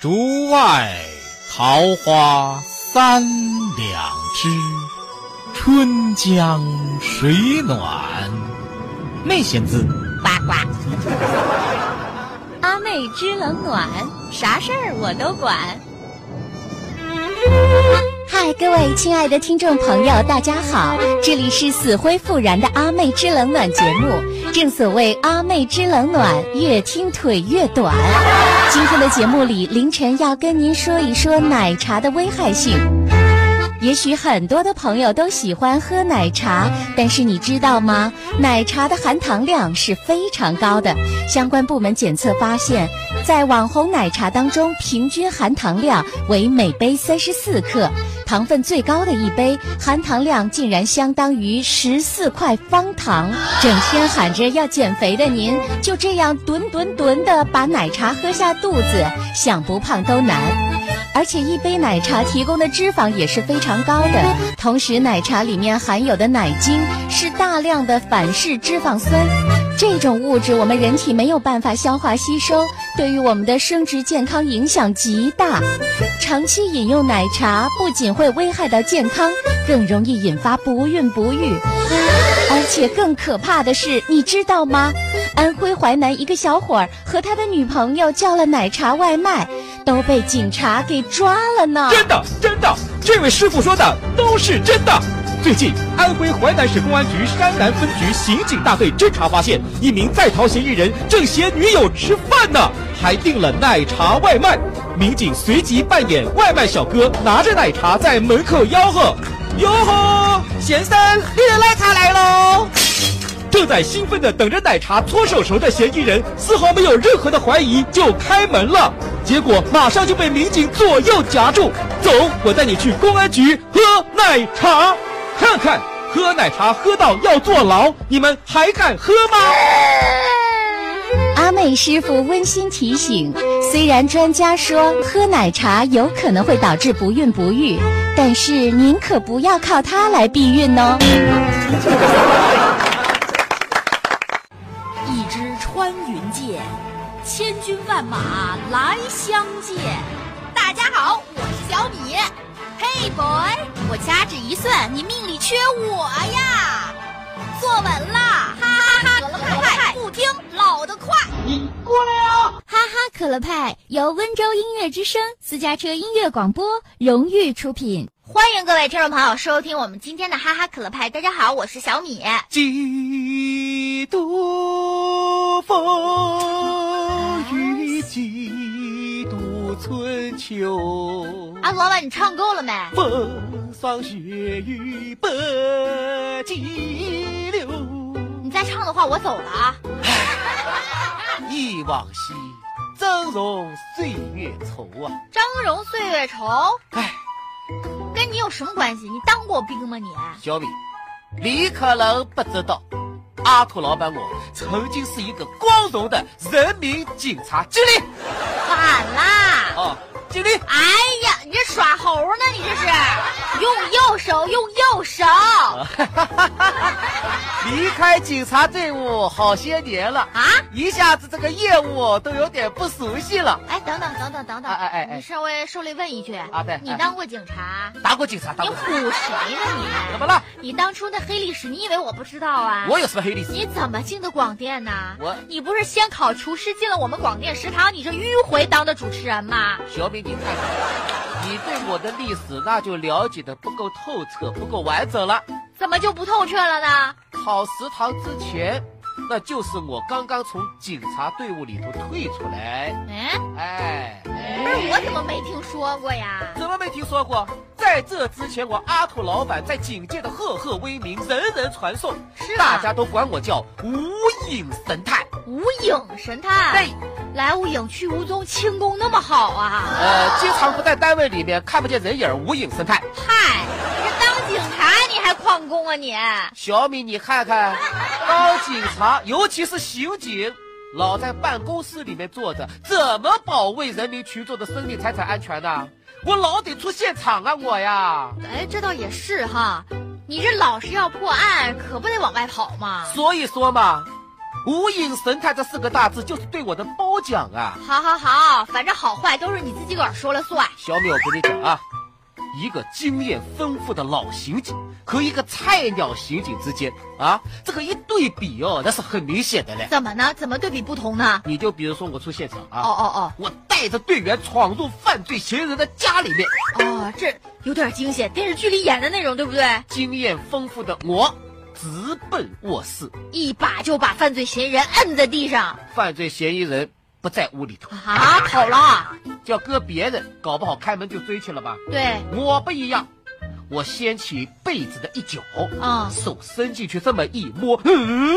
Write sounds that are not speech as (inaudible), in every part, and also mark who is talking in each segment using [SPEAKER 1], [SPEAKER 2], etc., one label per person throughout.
[SPEAKER 1] 竹外桃花三两枝，春江水暖妹先知。
[SPEAKER 2] 呱呱。阿妹知冷暖，啥事儿我都管。
[SPEAKER 3] 嗨，各位亲爱的听众朋友，大家好，这里是死灰复燃的阿妹知冷暖节目。正所谓阿妹知冷暖，越听腿越短。今天的节目里，凌晨要跟您说一说奶茶的危害性。也许很多的朋友都喜欢喝奶茶，但是你知道吗？奶茶的含糖量是非常高的。相关部门检测发现，在网红奶茶当中，平均含糖量为每杯三十四克，糖分最高的一杯含糖量竟然相当于十四块方糖。整天喊着要减肥的您，就这样吨吨吨的把奶茶喝下肚子，想不胖都难。而且一杯奶茶提供的脂肪也是非常高的，同时奶茶里面含有的奶精是大量的反式脂肪酸，这种物质我们人体没有办法消化吸收，对于我们的生殖健康影响极大。长期饮用奶茶不仅会危害到健康，更容易引发不孕不育。而且更可怕的是，你知道吗？安徽淮南一个小伙儿和他的女朋友叫了奶茶外卖，都被警察给抓了呢。
[SPEAKER 4] 真的，真的，这位师傅说的都是真的。最近，安徽淮南市公安局山南分局刑警大队侦查发现，一名在逃嫌疑人正携女友吃饭呢，还订了奶茶外卖。民警随即扮演外卖小哥，拿着奶茶在门口吆喝：“哟吼，先生，你的奶茶来喽！”正在兴奋地等着奶茶搓手手的嫌疑人，丝毫没有任何的怀疑就开门了，结果马上就被民警左右夹住。走，我带你去公安局喝奶茶，看看喝奶茶喝到要坐牢，你们还敢喝吗？
[SPEAKER 3] 阿妹师傅温馨提醒：虽然专家说喝奶茶有可能会导致不孕不育，但是您可不要靠它来避孕哦。
[SPEAKER 2] (laughs) 一支穿云箭，千军万马来相见。大家好，我是小米。嘿、boy，我掐指一算，你命里缺我呀！坐稳啦，哈哈，可乐派不听老的快。
[SPEAKER 3] 啊
[SPEAKER 5] 哈哈可乐派由温州音乐之声私家车音乐广播荣誉出品。
[SPEAKER 2] 欢迎各位听众朋友收听我们今天的哈哈可乐派。大家好，我是小米。啊
[SPEAKER 4] 几度风雨几度春秋。
[SPEAKER 2] 啊，老板，你唱够了没？
[SPEAKER 4] 风霜雪雨百急流，
[SPEAKER 2] 你再唱的话，我走了啊。
[SPEAKER 4] 忆往昔，峥嵘岁月稠啊！
[SPEAKER 2] 峥嵘岁月稠，
[SPEAKER 4] 哎，
[SPEAKER 2] 跟你有什么关系？你当过兵吗你？
[SPEAKER 4] 小米，你可能不知道，阿土老板我曾经是一个光荣的人民警察经理
[SPEAKER 2] 反啦！
[SPEAKER 4] 啊，经理，
[SPEAKER 2] 哎呀，你这耍猴呢？你这是用右手，用右手。啊
[SPEAKER 4] 离开警察队伍好些年了
[SPEAKER 2] 啊，
[SPEAKER 4] 一下子这个业务都有点不熟悉了。
[SPEAKER 2] 哎，等等等等等等，
[SPEAKER 4] 哎哎哎哎
[SPEAKER 2] 你稍微受累问一句
[SPEAKER 4] 啊对
[SPEAKER 2] 你当过警察？
[SPEAKER 4] 打过警察，打
[SPEAKER 2] 你
[SPEAKER 4] 过
[SPEAKER 2] 唬
[SPEAKER 4] 警
[SPEAKER 2] 谁
[SPEAKER 4] 察，
[SPEAKER 2] 呢
[SPEAKER 4] 怎么了？
[SPEAKER 2] 你？你当初那黑历史，你以为我不知道啊？
[SPEAKER 4] 我有什么黑历史？
[SPEAKER 2] 你怎么进的广电呢？
[SPEAKER 4] 我
[SPEAKER 2] 你不是先考厨师进了我们广电食堂，你这迂回当的主持人吗？
[SPEAKER 4] 小米，你看看，你对我的历史那就了解的不够透彻，不够完整了。
[SPEAKER 2] 怎么就不透彻了呢？
[SPEAKER 4] 考食堂之前，那就是我刚刚从警察队伍里头退出来。
[SPEAKER 2] 嗯，
[SPEAKER 4] 哎，
[SPEAKER 2] 不是我怎么没听说过呀？
[SPEAKER 4] 怎么没听说过？在这之前，我阿土老板在警界的赫赫威名，人人传颂，
[SPEAKER 2] 是
[SPEAKER 4] 大
[SPEAKER 2] 吗
[SPEAKER 4] 家都管我叫无影神探。
[SPEAKER 2] 无影神探，
[SPEAKER 4] 对，
[SPEAKER 2] 来无影去无踪，轻功那么好啊！
[SPEAKER 4] 呃，经常不在单位里面看不见人影儿，无影神探。
[SPEAKER 2] 嗨，你这当警察你还旷工啊你？
[SPEAKER 4] 小米，你看看，当警察，尤其是刑警，老在办公室里面坐着，怎么保卫人民群众的生命财产安全
[SPEAKER 6] 啊
[SPEAKER 4] 呢？我老得出现场啊，我呀！
[SPEAKER 2] 哎，这倒也是哈，你这老是要破案，可不得往外跑吗？
[SPEAKER 4] 所以说嘛，
[SPEAKER 6] 无影神探这四个大字就是对我的褒奖啊！
[SPEAKER 2] 好好好，反正好坏都是你自己个儿说了算。
[SPEAKER 6] 小米，我跟你讲啊，一个经验丰富的老刑警和一个菜鸟刑警之间啊，这个一对比哦，那是很明显的嘞。
[SPEAKER 2] 怎么呢？怎么对比不同呢？
[SPEAKER 6] 你就比如说我出现场啊，
[SPEAKER 2] 哦哦
[SPEAKER 6] 我带着队员闯入犯罪嫌疑人的家里面，
[SPEAKER 2] 哦哦，这有点惊险，电视剧里演的那种，对不对？
[SPEAKER 6] 经验丰富的我直奔卧室，
[SPEAKER 2] 一把就把犯罪嫌疑人摁在地上
[SPEAKER 6] 犯罪嫌疑人不在屋里头，
[SPEAKER 2] 啊，跑了啊。
[SPEAKER 6] 叫搁别人，搞不好开门就追去了吧？
[SPEAKER 2] 对，
[SPEAKER 6] 我不一样，我掀起被子的一角，
[SPEAKER 2] 啊、
[SPEAKER 6] 手伸进去这么一摸， (gasps) 嗯，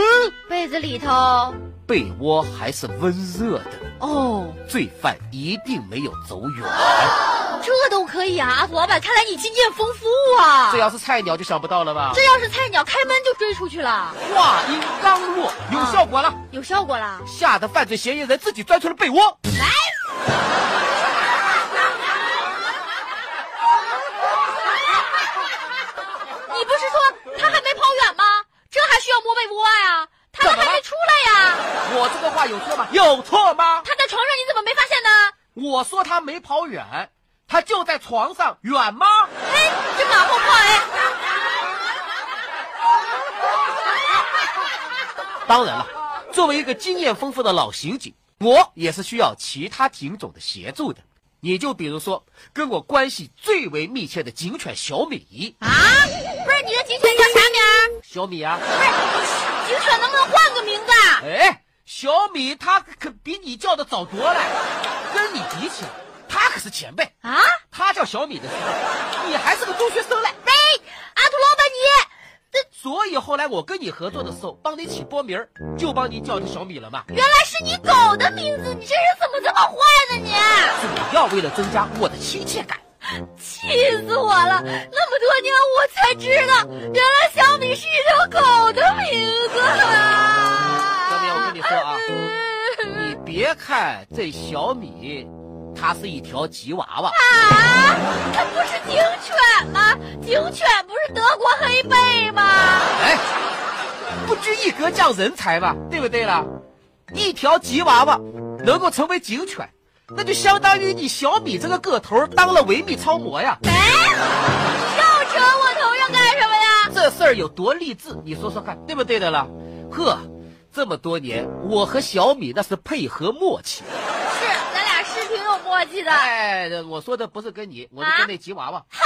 [SPEAKER 2] 被子里头，
[SPEAKER 6] 被窝还是温热的，
[SPEAKER 2] 哦，
[SPEAKER 6] 罪犯一定没有走
[SPEAKER 2] (gasps)
[SPEAKER 6] 远。
[SPEAKER 2] 这都可以啊，阿福老板，看来你经验丰富啊。
[SPEAKER 6] 这要是菜鸟就想不到了吧？
[SPEAKER 2] 这要是菜鸟开门就追出去了，
[SPEAKER 6] 话音刚落，有效果了，
[SPEAKER 2] 有效果啦。
[SPEAKER 6] 吓得犯罪嫌疑人自己钻出了被窝。
[SPEAKER 2] 你不是说他还没跑远吗？这还需要摸被窝呀？他们
[SPEAKER 6] 怎么了
[SPEAKER 2] 还没出来呀？
[SPEAKER 6] 我这个话有错吗？有错吗？
[SPEAKER 2] 他在床上，你怎么没发现呢？
[SPEAKER 6] 我说他没跑远，他就在床上，远吗？
[SPEAKER 2] 哎，这马后炮哎！
[SPEAKER 6] 当然了，作为一个经验丰富的老刑警，我也是需要其他警种的协助的。你就比如说，跟我关系最为密切的警犬小米，
[SPEAKER 2] 啊，不是你的警犬叫啥名儿？
[SPEAKER 6] 小米啊，
[SPEAKER 2] 不是，警犬能不能换个名字？啊？
[SPEAKER 6] 哎，小米它可比你叫的早多了，跟你比起来，它可是前辈。
[SPEAKER 2] 啊，
[SPEAKER 6] 它叫小米的时候，你还是个中学生嘞。
[SPEAKER 2] 喂，阿土老板你，这
[SPEAKER 6] 所以后来我跟你合作的时候，帮你起波名儿，就帮你叫成小米了嘛。
[SPEAKER 2] 原来是你狗的名字，你这人怎么这么坏呢你？
[SPEAKER 6] 主要为了增加我的亲切感。
[SPEAKER 2] 气死我了！那么多年我才知道，原来小米是一条狗的名字啊！
[SPEAKER 6] 小米我跟你说啊你别看这小米，它是一条吉娃娃，
[SPEAKER 2] 啊，它不是警犬吗？警犬不是德国黑背吗？
[SPEAKER 6] 哎，不拘一格降人才吧，对不对啦？一条吉娃娃能够成为警犬，那就相当于你小米这个个头当了维密超模呀。
[SPEAKER 2] 哎，要扯我头上干什么呀？
[SPEAKER 6] 这事儿有多励志，你说说看，对不对的啦？呵，这么多年，我和小米那是配合默契。
[SPEAKER 2] 是，咱俩是挺有默契的。
[SPEAKER 6] 哎，我说的不是跟你，我是
[SPEAKER 2] 啊
[SPEAKER 6] 跟那吉娃娃。
[SPEAKER 2] 哈，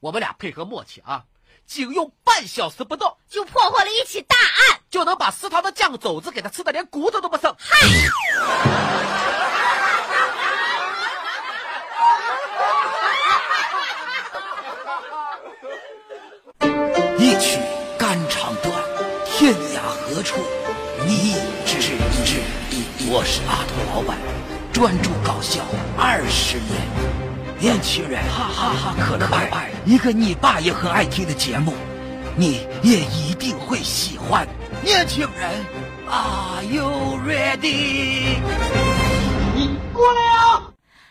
[SPEAKER 6] 我们俩配合默契啊，仅用半小时不到，
[SPEAKER 2] 就破获了一起大案。
[SPEAKER 6] 就能把食堂的酱肘子给它吃的连骨头都不剩。
[SPEAKER 7] 一曲肝肠断，天涯何处你知之？我是阿土老板，专注搞笑二十年。年轻人，哈哈哈可乐派，一个你爸也很爱听的节目，你也一定会喜欢。年轻人，Are you ready？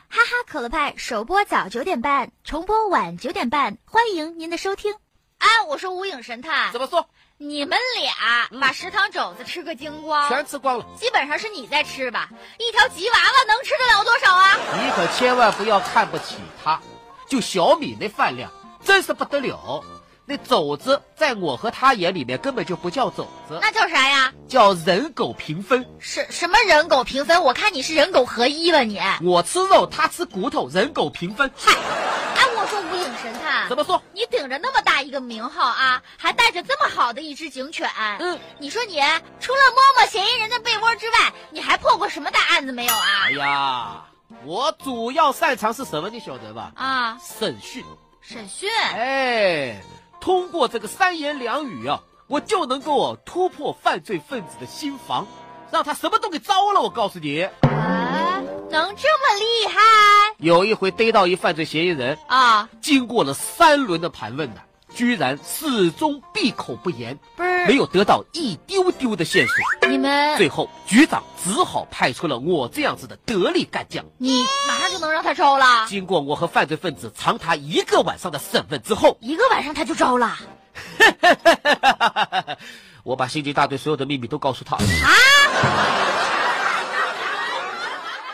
[SPEAKER 5] 哈哈可乐派首播早九点半，重播晚九点半，欢迎您的收听。
[SPEAKER 2] 哎，我说无影神探
[SPEAKER 6] 怎，么说？
[SPEAKER 2] 你们俩把食堂肘子吃个精光，
[SPEAKER 6] 全吃光了。
[SPEAKER 2] 基本上是你在吃吧？一条吉娃娃能吃得了多少啊？
[SPEAKER 6] 你可千万不要看不起他，就小米那饭量，真是不得了。那肘子在我和他眼里面根本就不叫肘子，
[SPEAKER 2] 那叫啥呀？
[SPEAKER 6] 叫人狗平分。
[SPEAKER 2] 什什么人狗平分？我看你是人狗合一吧你？哎，
[SPEAKER 6] 我吃肉，他吃骨头，人狗平分。
[SPEAKER 2] 啊我说无影神探
[SPEAKER 6] 怎，么说？
[SPEAKER 2] 你顶着那么大一个名号啊，还带着这么好的一只警犬，
[SPEAKER 6] 嗯，
[SPEAKER 2] 你说你除了摸摸嫌疑人的被窝之外，你还破过什么大案子没有啊
[SPEAKER 6] 哎？呀，我主要擅长是什么？你晓得吧？
[SPEAKER 2] 啊，
[SPEAKER 6] 审讯。
[SPEAKER 2] 审讯，
[SPEAKER 6] 哎，通过这个三言两语啊，我就能够哦突破犯罪分子的心防，让他什么都给招了。我告诉你，
[SPEAKER 2] 啊，能这么厉害
[SPEAKER 6] 有一回逮到一犯罪嫌疑人，
[SPEAKER 2] 啊？
[SPEAKER 6] 经过了三轮的盘问呢，居然始终闭口不言，
[SPEAKER 2] 不是
[SPEAKER 6] 没有得到一丢丢的线索。
[SPEAKER 2] 你们，
[SPEAKER 6] 最后，局长只好派出了我这样子的得力干将。
[SPEAKER 2] 你马上就能让他招了，
[SPEAKER 6] 经过我和犯罪分子长达一个晚上的审问之后， (laughs)
[SPEAKER 2] 一个晚上他就招了。哎
[SPEAKER 6] 我把刑警大队所有的秘密都告诉他。 (laughs)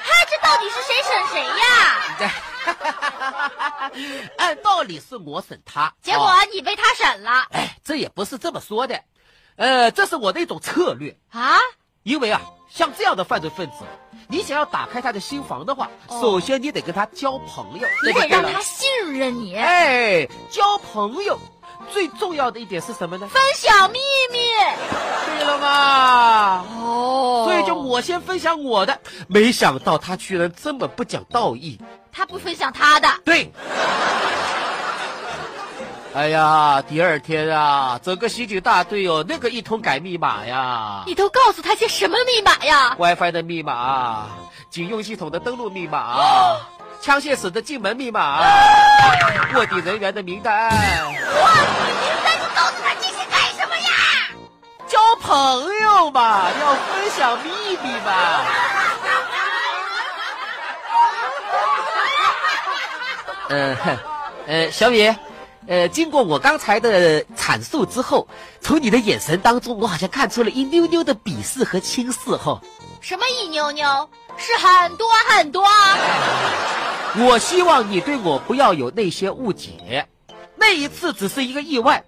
[SPEAKER 2] 他这到底是谁审谁呀？
[SPEAKER 6] 按道理是我审他，
[SPEAKER 2] 结果
[SPEAKER 6] 啊
[SPEAKER 2] 你被他审了
[SPEAKER 6] 哎，这也不是这么说的，呃，这是我的一种策略。
[SPEAKER 2] 啊？
[SPEAKER 6] 因为啊，像这样的犯罪分子，你想要打开他的心房的话，
[SPEAKER 2] 哦
[SPEAKER 6] 首先你得跟他交朋友，
[SPEAKER 2] 你得
[SPEAKER 6] 那就对
[SPEAKER 2] 让
[SPEAKER 6] 了
[SPEAKER 2] 他信任你，
[SPEAKER 6] 哎，交朋友最重要的一点是什么呢？
[SPEAKER 2] 分享秘密。
[SPEAKER 6] 对了嘛。
[SPEAKER 2] 哦
[SPEAKER 6] 所以就我先分享我的，没想到他居然这么不讲道义。
[SPEAKER 2] 他不分享他的，
[SPEAKER 6] 对，哎呀，第二天啊，整个刑警大队哦，那个一通改密码呀
[SPEAKER 2] 你都告诉他些什么密码呀？
[SPEAKER 6] ，WiFi 的密码，警用系统的登录密码，枪械室的进门密码，卧底人员的名单，
[SPEAKER 2] 那你告诉他这些干什么呀？
[SPEAKER 6] 交朋友嘛，要分享秘密嘛。嗯，哼，呃，小米，呃，经过我刚才的阐述之后，从你的眼神当中，我好像看出了一妞妞的鄙视和轻视哈。
[SPEAKER 2] 什么一妞妞？是很多很多。
[SPEAKER 6] 我希望你对我不要有那些误解，那一次只是一个意外。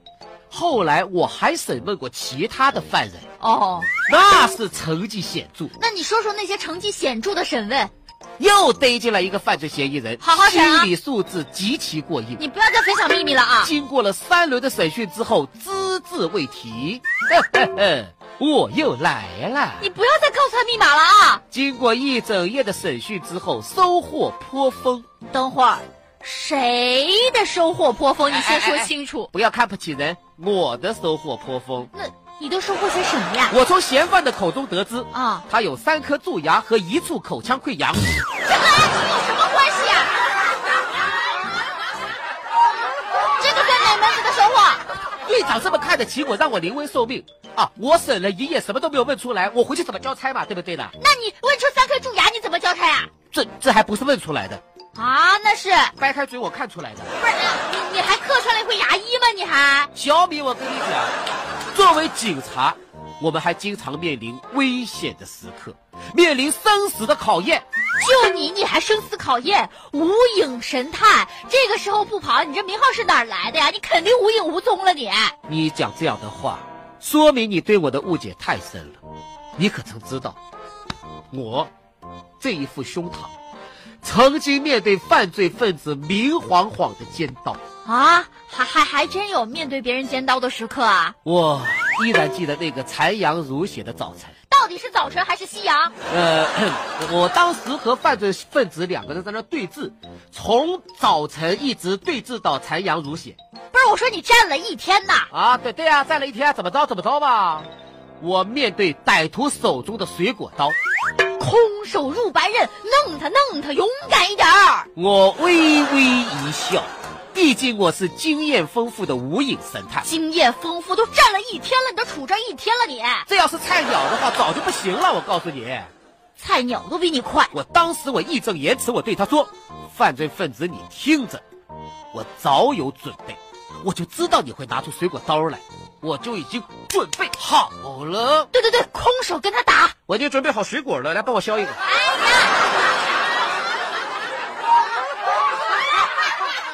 [SPEAKER 6] 后来我还审问过其他的犯人，
[SPEAKER 2] 哦，
[SPEAKER 6] 那是成绩显著，
[SPEAKER 2] 那你说说那些成绩显著的审问，
[SPEAKER 6] 又逮进来一个犯罪嫌疑人，
[SPEAKER 2] 好好审啊
[SPEAKER 6] 心理素质极其过硬。
[SPEAKER 2] 你不要再分享秘密了啊！
[SPEAKER 6] 经过了三轮的审讯之后，只字未提。 (laughs) 我又来了。
[SPEAKER 2] 你不要再告诉他密码了啊！
[SPEAKER 6] 经过一整夜的审讯之后，收获颇丰。
[SPEAKER 2] 等会儿，谁的收获颇丰？你先说清楚。
[SPEAKER 6] 不要看不起人，我的收获颇丰。
[SPEAKER 2] 哎那你都收获些什么呀？
[SPEAKER 6] 我从嫌犯的口中得知，
[SPEAKER 2] 啊，
[SPEAKER 6] 他有三颗蛀牙和一处口腔溃疡。
[SPEAKER 2] 这跟爱情有什么关系啊呀、这个更没门子的收获，
[SPEAKER 6] 队长这么看得起我，让我临危受命啊！我审了一夜，什么都没有问出来，我回去怎么交差嘛？对不对呢？
[SPEAKER 2] 那你问出三颗蛀牙，你怎么交差啊？
[SPEAKER 6] 这这还不是问出来的，
[SPEAKER 2] 啊，那是
[SPEAKER 6] 掰开嘴我看出来的。
[SPEAKER 2] 不是你？你还客串了一回牙医吗？你还
[SPEAKER 6] 小米，我跟你讲，作为警察，我们还经常面临危险的时刻，面临生死的考验。
[SPEAKER 2] 就你，你还生死考验，无影神探，这个时候不跑，你这名号是哪儿来的呀？你肯定无影无踪了你。
[SPEAKER 6] 你讲这样的话，说明你对我的误解太深了。你可曾知道，我这一副胸膛，曾经面对犯罪分子明晃晃的尖刀。
[SPEAKER 2] 啊，还还还真有面对别人尖刀的时刻啊！
[SPEAKER 6] 我依然记得那个残阳如血的早晨。
[SPEAKER 2] 到底是早晨还是夕阳？
[SPEAKER 6] 呃， (coughs) 我当时和犯罪分子两个人在那对峙，从早晨一直对峙到残阳如血。
[SPEAKER 2] 不是我说你站了一天呐！
[SPEAKER 6] 啊，对对啊，站了一天，怎么着怎么着吧。我面对歹徒手中的水果刀，
[SPEAKER 2] 空手入白刃，弄他弄他，勇敢一点儿！
[SPEAKER 6] 我微微一笑，毕竟我是经验丰富的无影神探。
[SPEAKER 2] 经验丰富，都站了一天了，你都杵这一天了你，
[SPEAKER 6] 这要是菜鸟的话，早就不行了。我告诉你，
[SPEAKER 2] 菜鸟都比你快。
[SPEAKER 6] 我当时我义正言辞，我对他说：“犯罪分子，你听着，我早有准备，我就知道你会拿出水果刀来，我就已经准备好了，
[SPEAKER 2] 对对对，空手跟他打，
[SPEAKER 6] 我就准备好水果了，来帮我削一个。”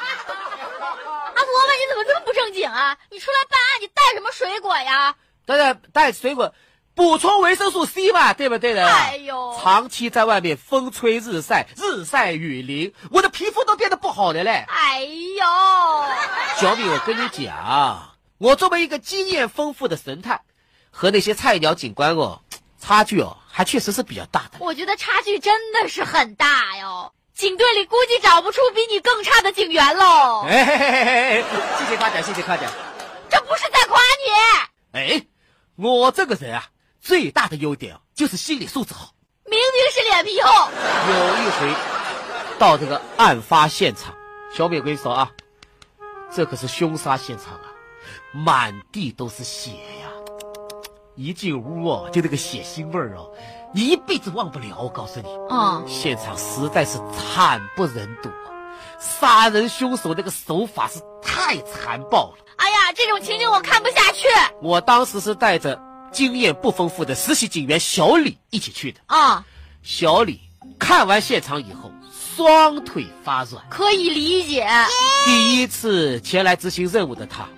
[SPEAKER 2] 阿伯伯你怎么这么不正经啊？你出来办案，你带什么水果呀？
[SPEAKER 6] 当然带水果，补充维生素 C 嘛，对不对呢？
[SPEAKER 2] 哎呦
[SPEAKER 6] 长期在外面风吹日晒，日晒雨淋，我的皮肤都变得不好了嘞。
[SPEAKER 2] 哎呦，
[SPEAKER 6] 小米，我跟你讲，我作为一个经验丰富的神探，和那些菜鸟警官哦，差距哦，还确实是比较大的。
[SPEAKER 2] 我觉得差距真的是很大哟。警队里估计找不出比你更差的警员喽。
[SPEAKER 6] 哎嘿嘿嘿嘿嘿，谢谢夸奖，谢谢夸奖。
[SPEAKER 2] 这不是在夸你，
[SPEAKER 6] 哎，我这个人啊，最大的优点哦就是心理素质好。
[SPEAKER 2] 明明是脸皮厚。
[SPEAKER 6] 有一回到这个案发现场，小美，我跟你说啊，这可是凶杀现场啊，满地都是血呀、一进屋哦，就那个血腥味儿哦，你一辈子忘不了。我告诉你，
[SPEAKER 2] 嗯，
[SPEAKER 6] 现场实在是惨不忍睹啊！杀人凶手那个手法是太残暴了。
[SPEAKER 2] 哎呀，这种情景我看不下去
[SPEAKER 6] 我当时是带着经验不丰富的实习警员小李一起去的。
[SPEAKER 2] 啊！
[SPEAKER 6] 小李看完现场以后，双腿发软。
[SPEAKER 2] 可以理解，
[SPEAKER 6] 第一次前来执行任务的他，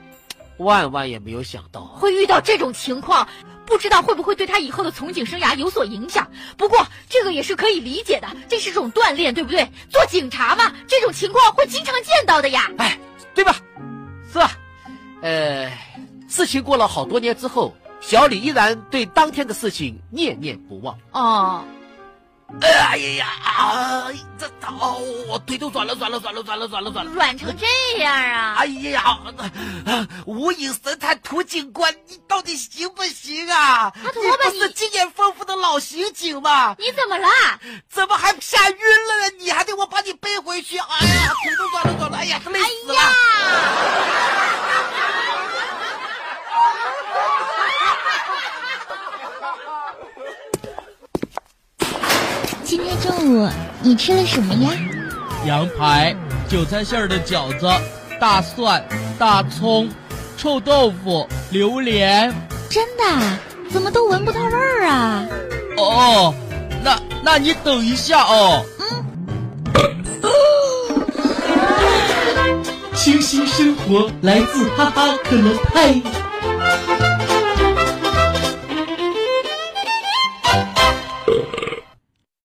[SPEAKER 6] 万万也没有想到啊，
[SPEAKER 2] 会遇到这种情况，不知道会不会对他以后的从警生涯有所影响。不过这个也是可以理解的，这是种锻炼，对不对？做警察嘛，这种情况会经常见到的呀。
[SPEAKER 6] 哎，对吧？是吧？呃，事情过了好多年之后，小李依然对当天的事情念念不忘。
[SPEAKER 2] 哦，
[SPEAKER 6] 哎呀啊！这这哦，我腿都软了，软了，软了，软了，软了，软了。
[SPEAKER 2] 软成这样啊！
[SPEAKER 6] 哎呀，啊无影神探涂警官，你到底行不行啊？
[SPEAKER 2] 涂
[SPEAKER 6] 你
[SPEAKER 2] 吧
[SPEAKER 6] 不是
[SPEAKER 2] 你
[SPEAKER 6] 经验丰富的老刑警吗？
[SPEAKER 2] 你怎么了？
[SPEAKER 6] 怎么还吓晕了呢？你还得我把你背回去？哎呀，腿都软了软了，哎呀，累死了！
[SPEAKER 3] 今天中午你吃了什么呀？
[SPEAKER 4] 羊排、韭菜馅儿的饺子、大蒜、大葱、臭豆腐、榴莲。
[SPEAKER 3] 真的啊？怎么都闻不到味儿啊？
[SPEAKER 4] 哦，那那你等一下哦。清新生活来自哈哈可乐派。